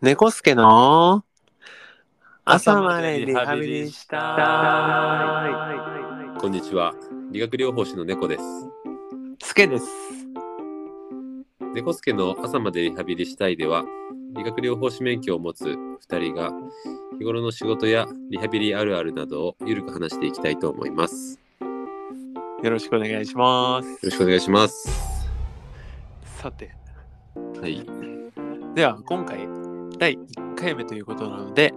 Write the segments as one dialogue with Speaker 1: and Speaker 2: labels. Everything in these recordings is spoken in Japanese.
Speaker 1: 猫助の朝までリハビリしたい。
Speaker 2: こんにちは。理学療法士の猫です。
Speaker 1: すけです。
Speaker 2: 猫助の朝までリハビリしたいでは、理学療法士免許を持つ2人が日頃の仕事やリハビリあるあるなどをゆるく話していきたいと思います。よ
Speaker 1: よろしくお願いしま
Speaker 2: ろしくお願いします。
Speaker 1: す。さて、
Speaker 2: はい。
Speaker 1: では今回第1回目ということなので、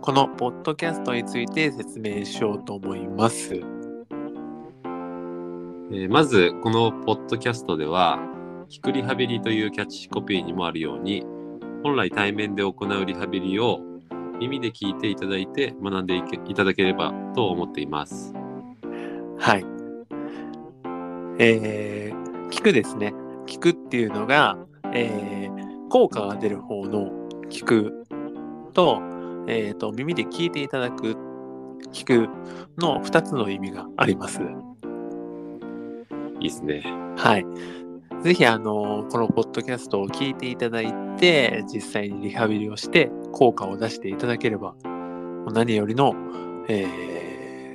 Speaker 1: このポッドキャストについて説明しようと思います。
Speaker 2: えーまず、このポッドキャストでは、聞くリハビリというキャッチコピーにもあるように、本来対面で行うリハビリを耳で聞いていただいて学んでいけいただければと思っています。
Speaker 1: はい。えー、聞くですね。聞くっていうのが、えー効果が出る方の聞くと、えっ、と、耳で聞いていただく、聞くの2つの意味があります。
Speaker 2: いいですね。
Speaker 1: はい。ぜひ、あのこのポッドキャストを聞いていただいて、実際にリハビリをして、効果を出していただければ、何よりの、え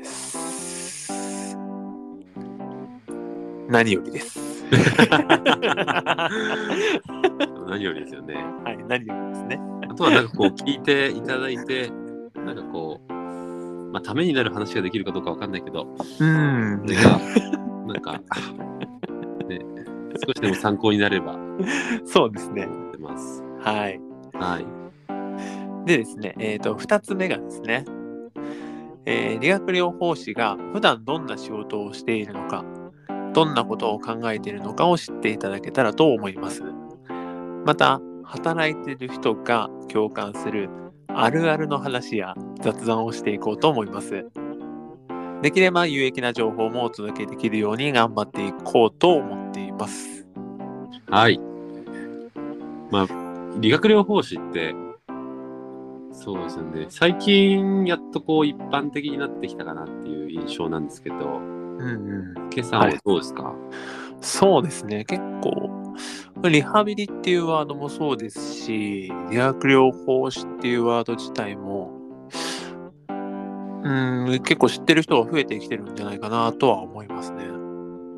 Speaker 1: ーす何より です。は
Speaker 2: 何よりですよね。
Speaker 1: い、何よりですね。
Speaker 2: あとはなんかこう聞いていただいて、なんかこう、まあ、ためになる話ができるかどうかわかんないけど、
Speaker 1: うん
Speaker 2: なんか、なんか、ね、少しでも参考になれば思
Speaker 1: そうですね。
Speaker 2: ってます。
Speaker 1: はい。
Speaker 2: はい。
Speaker 1: でですね、えー、と2つ目がですね、えー理学療法士が普段どんな仕事をしているのかどんなことを考えているのかを知っていただけたらと思いますまた働いている人が共感するあるあるの話や雑談をしていこうと思いますできれば有益な情報もお届けできるように頑張っていこうと思っています
Speaker 2: はい。まあ、理学療法士って、そうですよね。最近、やっとこう、一般的になってきたかなっていう印象なんですけど、
Speaker 1: うんうん
Speaker 2: 今朝はどうですか、
Speaker 1: そうですね、結構、リハビリっていうワードもそうですし、理学療法士っていうワード自体も、うん、結構知ってる人が増えてきてるんじゃないかなとは思いますね。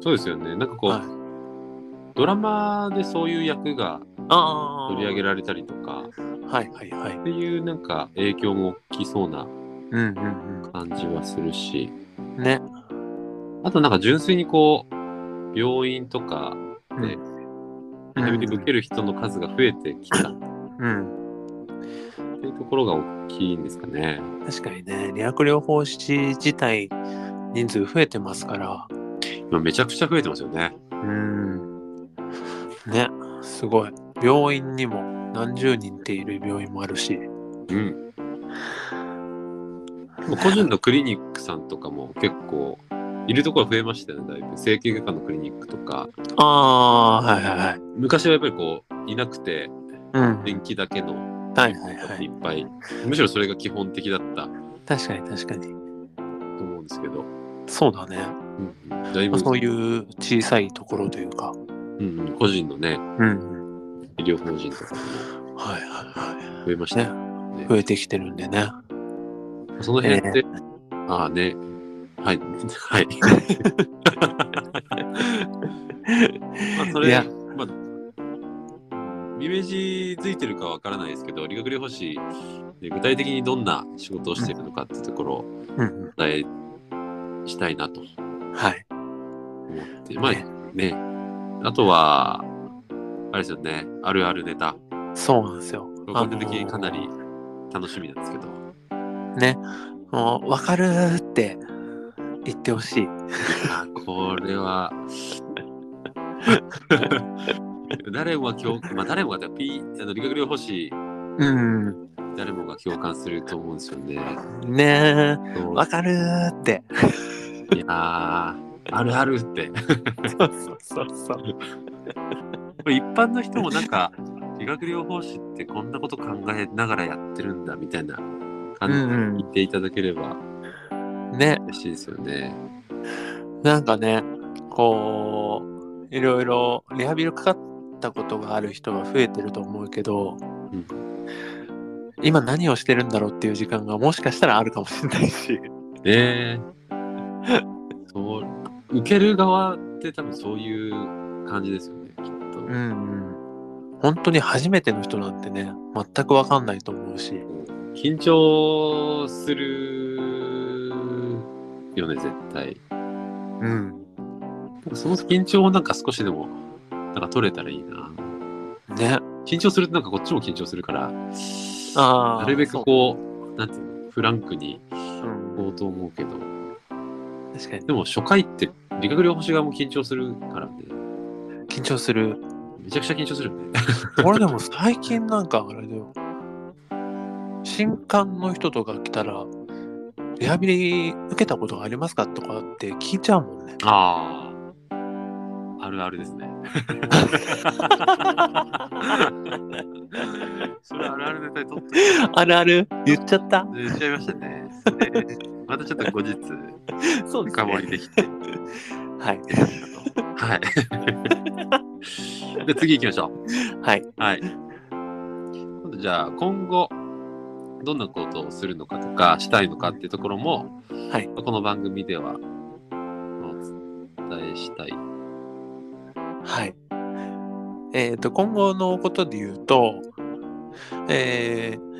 Speaker 2: そうですよね。なんかこう、
Speaker 1: はい、
Speaker 2: ドラマでそういう役が
Speaker 1: あー
Speaker 2: 取り上げられたりとか、
Speaker 1: はいはいはい
Speaker 2: っ。ていうなんか影響も大きそうな
Speaker 1: うんうん
Speaker 2: 感じはするし
Speaker 1: うん。ね。
Speaker 2: あとなんか純粋にこう病院とかねリハビリ受け
Speaker 1: る。
Speaker 2: る人の数が増えてきたっ
Speaker 1: うん。
Speaker 2: ていうところが大きいんですかね。
Speaker 1: 確かにね、理学療法士自体、人数増えてますから、
Speaker 2: 今めちゃくちゃ増えてますよね。
Speaker 1: うん。ね、すごい。病院にも何十人っている病院もあるし。
Speaker 2: うん。もう個人のクリニックさんとかも結構いるところ増えましたよね、だいぶ。整形外科のクリニックとか。
Speaker 1: ああー、はいはいはい。
Speaker 2: 昔はやっぱりこう、いなくて、
Speaker 1: うん。
Speaker 2: 電気だけの
Speaker 1: はいはいはいい。
Speaker 2: っぱい。むしろそれが基本的だった
Speaker 1: 確かに確かに。
Speaker 2: と思うんですけど。
Speaker 1: そうだね。
Speaker 2: うん、だい
Speaker 1: まあ
Speaker 2: ぶ
Speaker 1: そういう小さいところというか。
Speaker 2: うんうん、個人のね、
Speaker 1: うん。
Speaker 2: 医療法人とかも
Speaker 1: はいはいは
Speaker 2: 増えまし
Speaker 1: い。
Speaker 2: た
Speaker 1: ね
Speaker 2: よ。ね。
Speaker 1: 増えてきてるんでね。
Speaker 2: その辺って、ああね、はい、 はい。まあそ
Speaker 1: い
Speaker 2: れ
Speaker 1: や、
Speaker 2: まあ、イメージづいてるかわからないですけど、理学療法士で具体的にどんな仕事をしているのかっていうところをお
Speaker 1: うんう
Speaker 2: 伝えしたいなと思
Speaker 1: ん。はい。
Speaker 2: って、まあね、あとは、あれですよね、あるあるネタ。
Speaker 1: そうなんですよ。
Speaker 2: 個人的にかなり楽しみなんですけど。
Speaker 1: ね。もう、わかるーって言ってほしい。
Speaker 2: あこれ は誰もが共まあ誰もが P あの理学療法士
Speaker 1: うん。
Speaker 2: 誰もが共感すると思うんですよね。
Speaker 1: ねー。
Speaker 2: そう
Speaker 1: わかるーって。
Speaker 2: いやーあるあるってこ
Speaker 1: そうそうそうそう。
Speaker 2: れ一般の人もなんか理学療法士ってこんなこと考えながらやってるんだみたいな
Speaker 1: うんう
Speaker 2: 感
Speaker 1: ん
Speaker 2: じで聞いていただければ
Speaker 1: ね。
Speaker 2: 嬉しいですよね。
Speaker 1: なんかね、こう、いろいろリハビリかかったことがある人が増えてると思うけど、
Speaker 2: うん
Speaker 1: 今何をしてるんだろうっていう時間がもしかしたらあるかもしれないし、
Speaker 2: ええそう受ける側って多分そういう感じですよねきっと、
Speaker 1: うん、うん。本当に初めての人なんてね、全くわかんないと思うし、
Speaker 2: 緊張するよね絶対
Speaker 1: うん。
Speaker 2: その緊張をなんか少しでもなんか取れたらいいな
Speaker 1: ね。
Speaker 2: 緊張するとなんかこっちも緊張するから
Speaker 1: あー
Speaker 2: なるべくこうなんていうのフランクに
Speaker 1: そう、うん
Speaker 2: 行こうと思うけど
Speaker 1: 確かに。
Speaker 2: でも初回って理学療法士側も緊張するからね
Speaker 1: 緊張する。
Speaker 2: めちゃくちゃ緊張するよね
Speaker 1: 俺でも最近なんかあれだよ。新刊の人とか来たら、リハビリ受けたことがありますかとかって聞いちゃうもんね。
Speaker 2: あああるあ るですねそれあるあるネタに取っと
Speaker 1: あるある言っちゃった
Speaker 2: 言っちゃいました ね。でまたちょっと後日、
Speaker 1: そうです
Speaker 2: 深掘り
Speaker 1: ね。
Speaker 2: できて。
Speaker 1: はい。
Speaker 2: はい。で、次行きましょう。
Speaker 1: はい。
Speaker 2: はい。今度じゃあ、今後、どんなことをするのかとか、したいのかっていうところも、
Speaker 1: はい
Speaker 2: この番組では、お伝えしたい。
Speaker 1: はい。えっ、と、今後のことで言うと、えー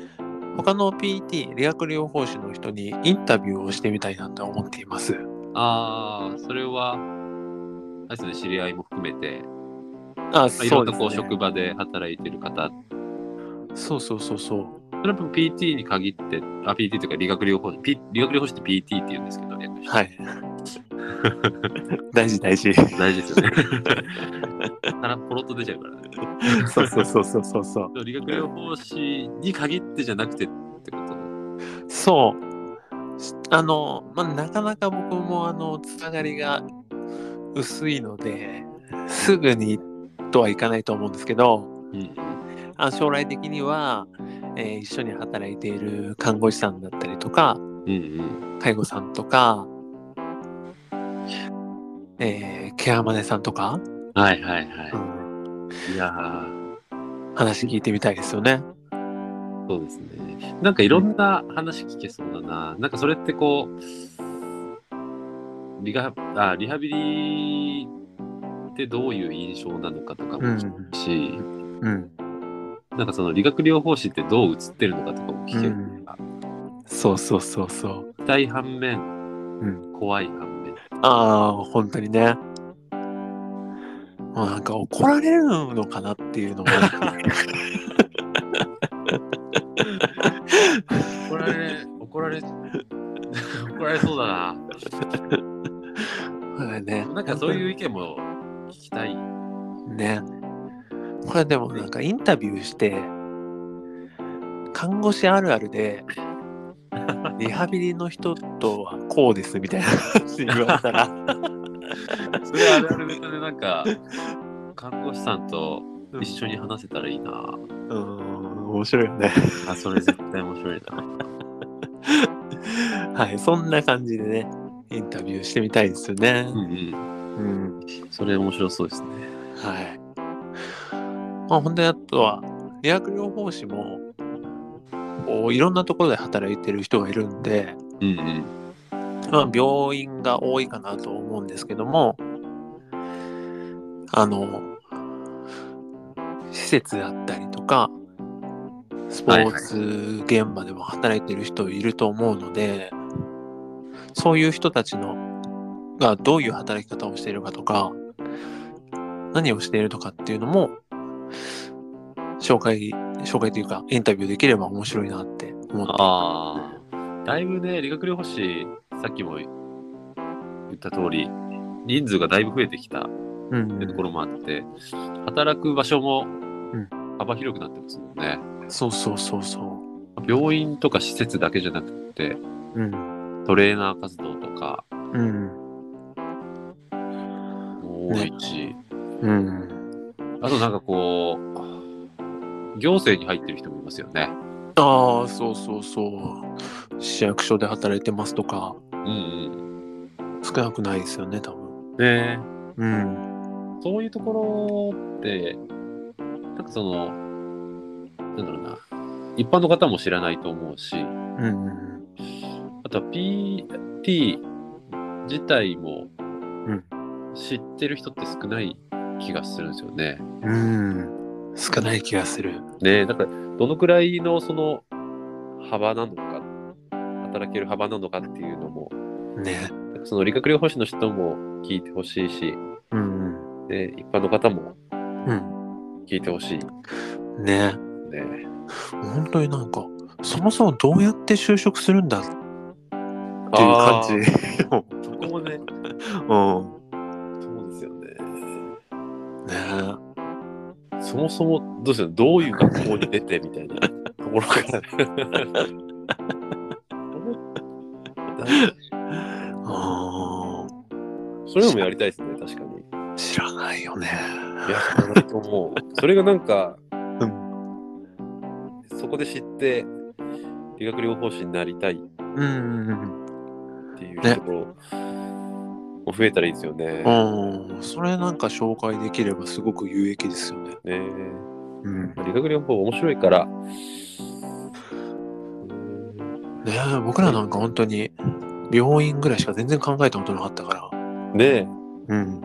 Speaker 1: 他の PT、理学療法士の人にインタビューをしてみたいなと思っています。
Speaker 2: ああ、それは、あれですね、知り合いも含めて、
Speaker 1: あ、
Speaker 2: まあ、いろ
Speaker 1: そ
Speaker 2: ん
Speaker 1: う
Speaker 2: な
Speaker 1: です
Speaker 2: こう、
Speaker 1: ね。
Speaker 2: 職場で働いてる方
Speaker 1: そうそうそうそう。
Speaker 2: それは PT に限って、あ、PT というか理学療法士、P- 理学療法士って PT って言うんですけど、ね、
Speaker 1: はい。大事大事。
Speaker 2: 大事で すよね。たらポロッと出ちゃうからね。
Speaker 1: そうそうそうそうそうそう。
Speaker 2: でも理学療法士に限ってじゃなくてってこと
Speaker 1: そう。しあの、まあ、なかなか僕も、あの、つながりが薄いので、すぐにとはいかないと思うんですけど、
Speaker 2: うん。
Speaker 1: あ将来的には、えー一緒に働いている看護師さんだったりとか、
Speaker 2: うん
Speaker 1: 介護さんとか、えーケアマネさんとか、
Speaker 2: うん。はいはいは
Speaker 1: うん
Speaker 2: い。いやー、
Speaker 1: 話聞いてみたいですよね。
Speaker 2: そうですね。なんかいろんな話聞けそうだな。なんかそれってこう、リハあリハビリってどういう印象なのかとかも聞くし、
Speaker 1: うん。
Speaker 2: なんかその理学療法士ってどう映ってるのかとかも聞けるから、
Speaker 1: そうそうそうそう。
Speaker 2: 期待反面、
Speaker 1: うん。
Speaker 2: 怖い反面。
Speaker 1: ああ、本当にね。もうなんか怒られるのかなって いうのもあるし
Speaker 2: 怒られ、怒られ、 怒られそうだな。
Speaker 1: これね。
Speaker 2: なんかそういう意見も聞きたい。
Speaker 1: ね。これでもなんかインタビューして、看護師あるある で、リハビリの人とはこうですみたいな話言われたら、
Speaker 2: それあるあるネタでなんか、看護師さんと 一緒に話せたらいいな。
Speaker 1: うん、面白いよね。
Speaker 2: あ、それ絶対面白いな。
Speaker 1: はい、そんな感じでね、インタビューしてみたいですよね
Speaker 2: う。ん
Speaker 1: うん
Speaker 2: うん。それ面白そうですね。
Speaker 1: はい。まあ、ほんで、あとは、理学療法士も、こういろんなところで働いてる人がいるんで、
Speaker 2: うんうん。
Speaker 1: まあ、病院が多いかなと思うんですけども、あの、施設だったりとか、スポーツ現場でも働いてる人いると思うので、そういう人たちのがどういう働き方をしているかとか、何をしているとかっていうのも、紹介、紹介というか、インタビューできれば面白いなって思って。
Speaker 2: ああ。だいぶね、理学療法士、さっきも言った通り、人数がだいぶ増えてきた
Speaker 1: うん
Speaker 2: ってところもあって、働く場所も
Speaker 1: ん
Speaker 2: 幅広くなってますもんね。
Speaker 1: そうそうそうそ
Speaker 2: 病院とか施設だけじゃなくて、
Speaker 1: う。うん。
Speaker 2: トレーナー活動とか
Speaker 1: うん。
Speaker 2: も多いし、
Speaker 1: うん。
Speaker 2: あとなんかこう、行政に入ってる人もいますよね。
Speaker 1: ああ、そうそうそう。市役所で働いてますとか、
Speaker 2: うんうん。
Speaker 1: 少なくないですよね、多分。
Speaker 2: で、
Speaker 1: うん。
Speaker 2: そういうところって、なんかその、なんだろうな、一般の方も知らないと思うし、
Speaker 1: うんうん
Speaker 2: あとは PT 自体も
Speaker 1: ん
Speaker 2: 知ってる人って少ない気がするんですよね。
Speaker 1: うん。うん。少ない気がする。
Speaker 2: ねえだからどのくらいのその幅なのか働ける幅なのかっていうのも
Speaker 1: ね。
Speaker 2: その理学療法士の人も聞いてほしいし、
Speaker 1: うん
Speaker 2: ね、一般の方も
Speaker 1: うん。
Speaker 2: 聞いてほしいね。
Speaker 1: うん。ね。本当になんか、そもそもどうやって就職するんだっていう
Speaker 2: あー
Speaker 1: 感じ。
Speaker 2: そこもね、
Speaker 1: う
Speaker 2: そうですよね。
Speaker 1: ん。ね
Speaker 2: そもそもどうするのどういう学校に出てみたいなところから。
Speaker 1: う
Speaker 2: それでもやりたいですね、確かに。
Speaker 1: ん。知らないよね。
Speaker 2: いや、知らないと思う。それがなんか、
Speaker 1: う
Speaker 2: そこで知って、理学療法士になりたいっ
Speaker 1: うんうん
Speaker 2: ていう
Speaker 1: ね
Speaker 2: ところ、も増えたらいいですよね。
Speaker 1: うん。うん。それなんか紹介できればすごく有益ですよね。
Speaker 2: ね
Speaker 1: うん。
Speaker 2: 理学療法面白いから、
Speaker 1: ねえ僕らなんか本当に病院ぐらいしか全然考えたことなかったか
Speaker 2: ね
Speaker 1: らうん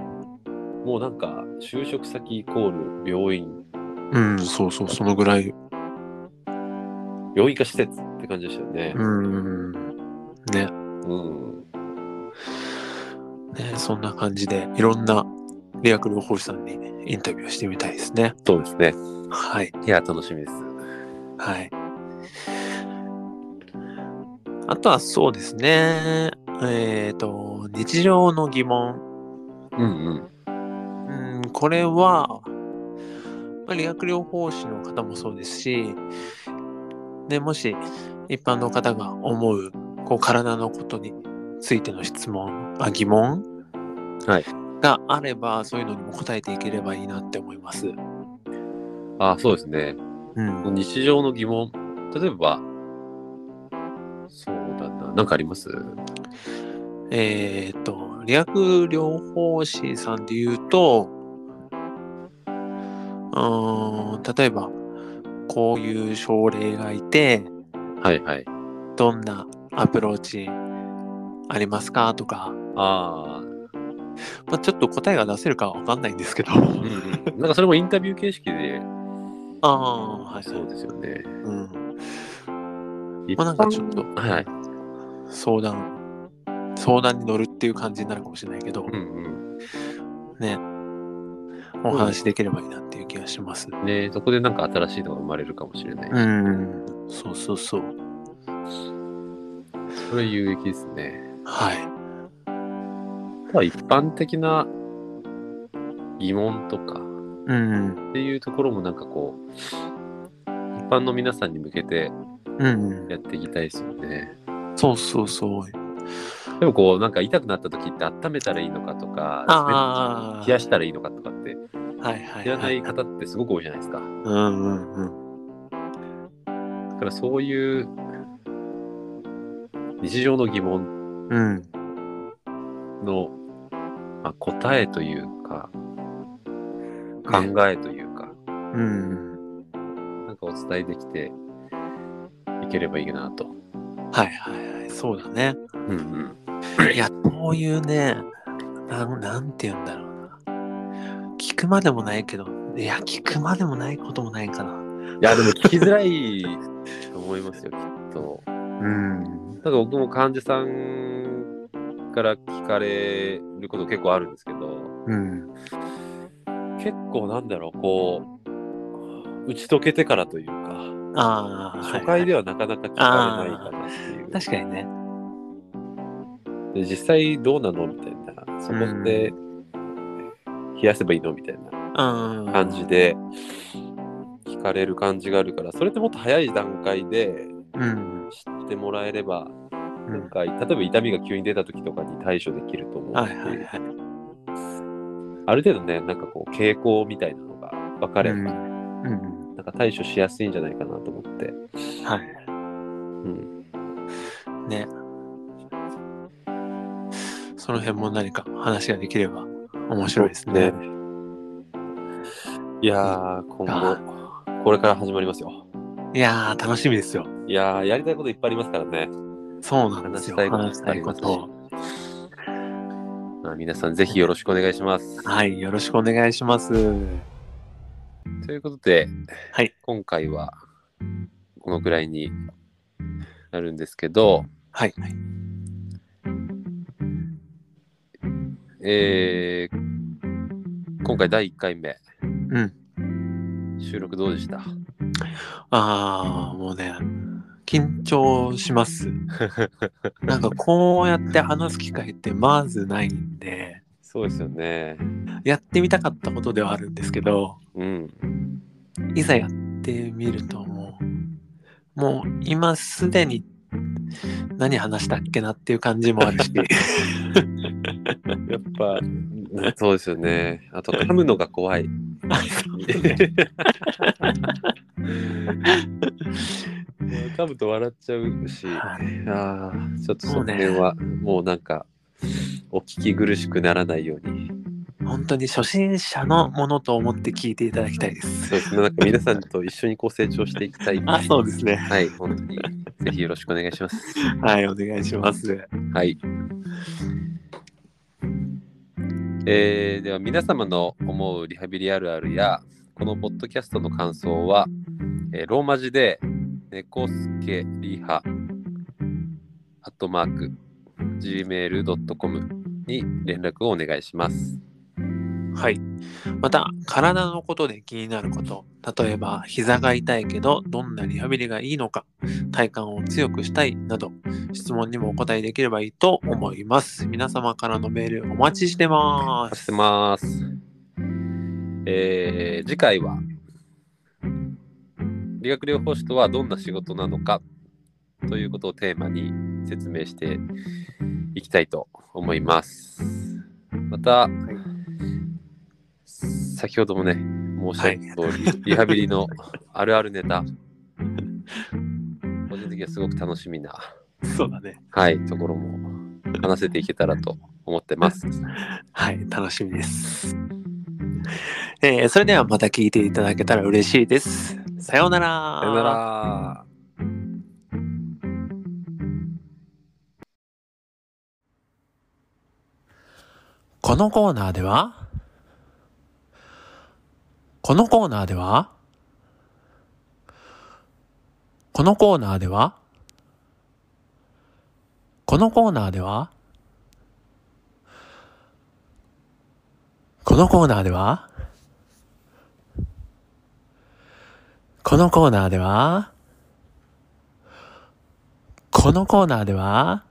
Speaker 2: もうなんか、就職先イコール病院、
Speaker 1: うんそうそうそのぐらい
Speaker 2: 病院か施設って感じでしたよね。
Speaker 1: うんね
Speaker 2: うん。
Speaker 1: ねそんな感じでいろんな理学療法士さんにインタビューしてみたいですね
Speaker 2: そうですね。
Speaker 1: はい
Speaker 2: いや、楽しみです。
Speaker 1: はいあとはそうですねえっ、と日常の疑問
Speaker 2: うんうん。
Speaker 1: うん、これは、まあ、理学療法士の方もそうですし、ね、もし一般の方が思うこう体のことについての質問あ疑問、
Speaker 2: はい
Speaker 1: があればそういうのにも答えていければいいなって思います。
Speaker 2: あ、そうですね。
Speaker 1: うん、
Speaker 2: 日常の疑問例えばそうだな何かあります
Speaker 1: えーっと理学療法士さんで言うとうーん例えばこういう症例がいて
Speaker 2: はいはい
Speaker 1: どんなアプローチありますかとか、
Speaker 2: ああ
Speaker 1: まあ、ちょっと答えが出せるかは分かんないんですけど。
Speaker 2: うんうんなんかそれもインタビュー形式で
Speaker 1: ああ、はい。
Speaker 2: そうですよね
Speaker 1: うん。
Speaker 2: 一
Speaker 1: まあなんかちょっと
Speaker 2: 般はいはい
Speaker 1: 相談、相談に乗るっていう感じになるかもしれないけど、
Speaker 2: うん
Speaker 1: ね。お話しできればいいなっていう気がします。
Speaker 2: うんねそこでなんか新しいのが生まれるかもしれない、
Speaker 1: うん。そうそうそう。
Speaker 2: それ有益ですね
Speaker 1: はい。
Speaker 2: あとは一般的な疑問とか
Speaker 1: うん。
Speaker 2: っていうところもなんかこう一般の皆さんに向けて
Speaker 1: うん。
Speaker 2: やっていきたいですよね
Speaker 1: そうそうそう。
Speaker 2: でもこうなんか痛くなった時って温めたらいいのかとか
Speaker 1: ああ
Speaker 2: 冷やしたらいいのかとかって
Speaker 1: はいは
Speaker 2: 知
Speaker 1: い、
Speaker 2: らな
Speaker 1: はいい。
Speaker 2: 方ってすごく多いじゃないですか。
Speaker 1: うんうんうん。
Speaker 2: だからそういう日常の疑問
Speaker 1: うん。
Speaker 2: の、まあ、答えというか考
Speaker 1: ね
Speaker 2: えというか、
Speaker 1: うん。
Speaker 2: なんかお伝えできていければいいなと。
Speaker 1: はいはいはい。そうだね。
Speaker 2: うんうん、
Speaker 1: いや、こういうね、なん、なんて言うんだろうな。聞くまでもないけど、いや、聞くまでもないこともないかな。
Speaker 2: いやでも聞きづらいと思いますよきっと。
Speaker 1: うん。
Speaker 2: なんか僕も患者さんから聞かれること結構あるんですけど
Speaker 1: うん。
Speaker 2: 結構なんだろうこう打ち解けてからというか。
Speaker 1: ああ、
Speaker 2: 初
Speaker 1: はい
Speaker 2: 回ではなかなか聞かれないかなっていう。
Speaker 1: 確かにね。
Speaker 2: で実際どうなのみたいな。そこで冷やせばいいのみたいな
Speaker 1: うん。
Speaker 2: 感じ。で聞かれる感じがあるから、それってもっと早い段階で
Speaker 1: うん。
Speaker 2: 知ってもらえれば、
Speaker 1: う
Speaker 2: なん
Speaker 1: ん。
Speaker 2: か例えば痛みが急に出た時とかに対処できると思うし
Speaker 1: はいはいはい。
Speaker 2: ある程度ね、なんかこう傾向みたいなのが分かれば、
Speaker 1: うん。うん。
Speaker 2: なんか対処しやすいんじゃないかなと思って。
Speaker 1: はい。
Speaker 2: うん、
Speaker 1: ね。その辺も何か話ができれば面白いですね。。
Speaker 2: いやー、今
Speaker 1: あ
Speaker 2: 後、これから始まりますよ。
Speaker 1: いやー、楽しみですよ。
Speaker 2: いやー、やりたいこといっぱいありますからね。
Speaker 1: そうなんですよ。
Speaker 2: 話
Speaker 1: 話
Speaker 2: し
Speaker 1: したた
Speaker 2: い
Speaker 1: いこ
Speaker 2: こ
Speaker 1: とと。
Speaker 2: まあ、皆さん、ぜひよろしくお願いします。
Speaker 1: はい、よろしくお願いします。
Speaker 2: ということで、
Speaker 1: はい
Speaker 2: 今回はこのぐらいになるんですけど、
Speaker 1: はい。
Speaker 2: えー今回第1回目、
Speaker 1: うん。
Speaker 2: 収録どうでした
Speaker 1: あー、もうね、緊張し ます。なんかこうやって話す機会ってまずないんで、
Speaker 2: そうですよね。
Speaker 1: やってみたかったことではあるんですけど、
Speaker 2: うん。
Speaker 1: いざやってみるともう、もう今すでに何話したっけなっていう感じもある し、
Speaker 2: やっぱ、 そうですよね。あと、噛むのが怖い。 噛むと笑っちゃうし、
Speaker 1: はい
Speaker 2: あーちょっとその辺はもうなんか、お聞き苦しくならないように。
Speaker 1: 本当に初心者のものと思って聞いていただきたいです。
Speaker 2: そうですね。なんか皆さんと一緒にこう成長していきたい。
Speaker 1: あ、そうですね。
Speaker 2: はい、本当に。ぜひよろしくお願いします。
Speaker 1: はい、お願いします。
Speaker 2: はい。えーでは皆様の思うリハビリあるあるやこのポッドキャストの感想は、えーローマ字で「猫助リハ」「アットマーク」「gmail.com」に連絡をお願いします。
Speaker 1: はい。また、体のことで気になること、例えば、膝が痛いけど、どんなリハビリがいいのか、体幹を強くしたいなど、質問にもお答えできればいいと思います。皆様からのメールお待ちしてま
Speaker 2: お待ちし
Speaker 1: す。
Speaker 2: てます。えー次回は理学療法士とはどんな仕事なのかということをテーマに説明していきたいと思います。また、先ほどもね申し上げた通り、リハビリのあるあるネタ個人的にはすごく楽しみな、
Speaker 1: そうだね。
Speaker 2: はい、ところも話せていけたらと思ってます。
Speaker 1: はい、楽しみです。えーそれではまた聞いていただけたら嬉しいです。さようなら。
Speaker 2: さよなら。
Speaker 1: このコーナーでは、このコーナーでは、このコーナーでは、このコーナーでは、このコーナーでは、このコーナーでは、このコーナーでは、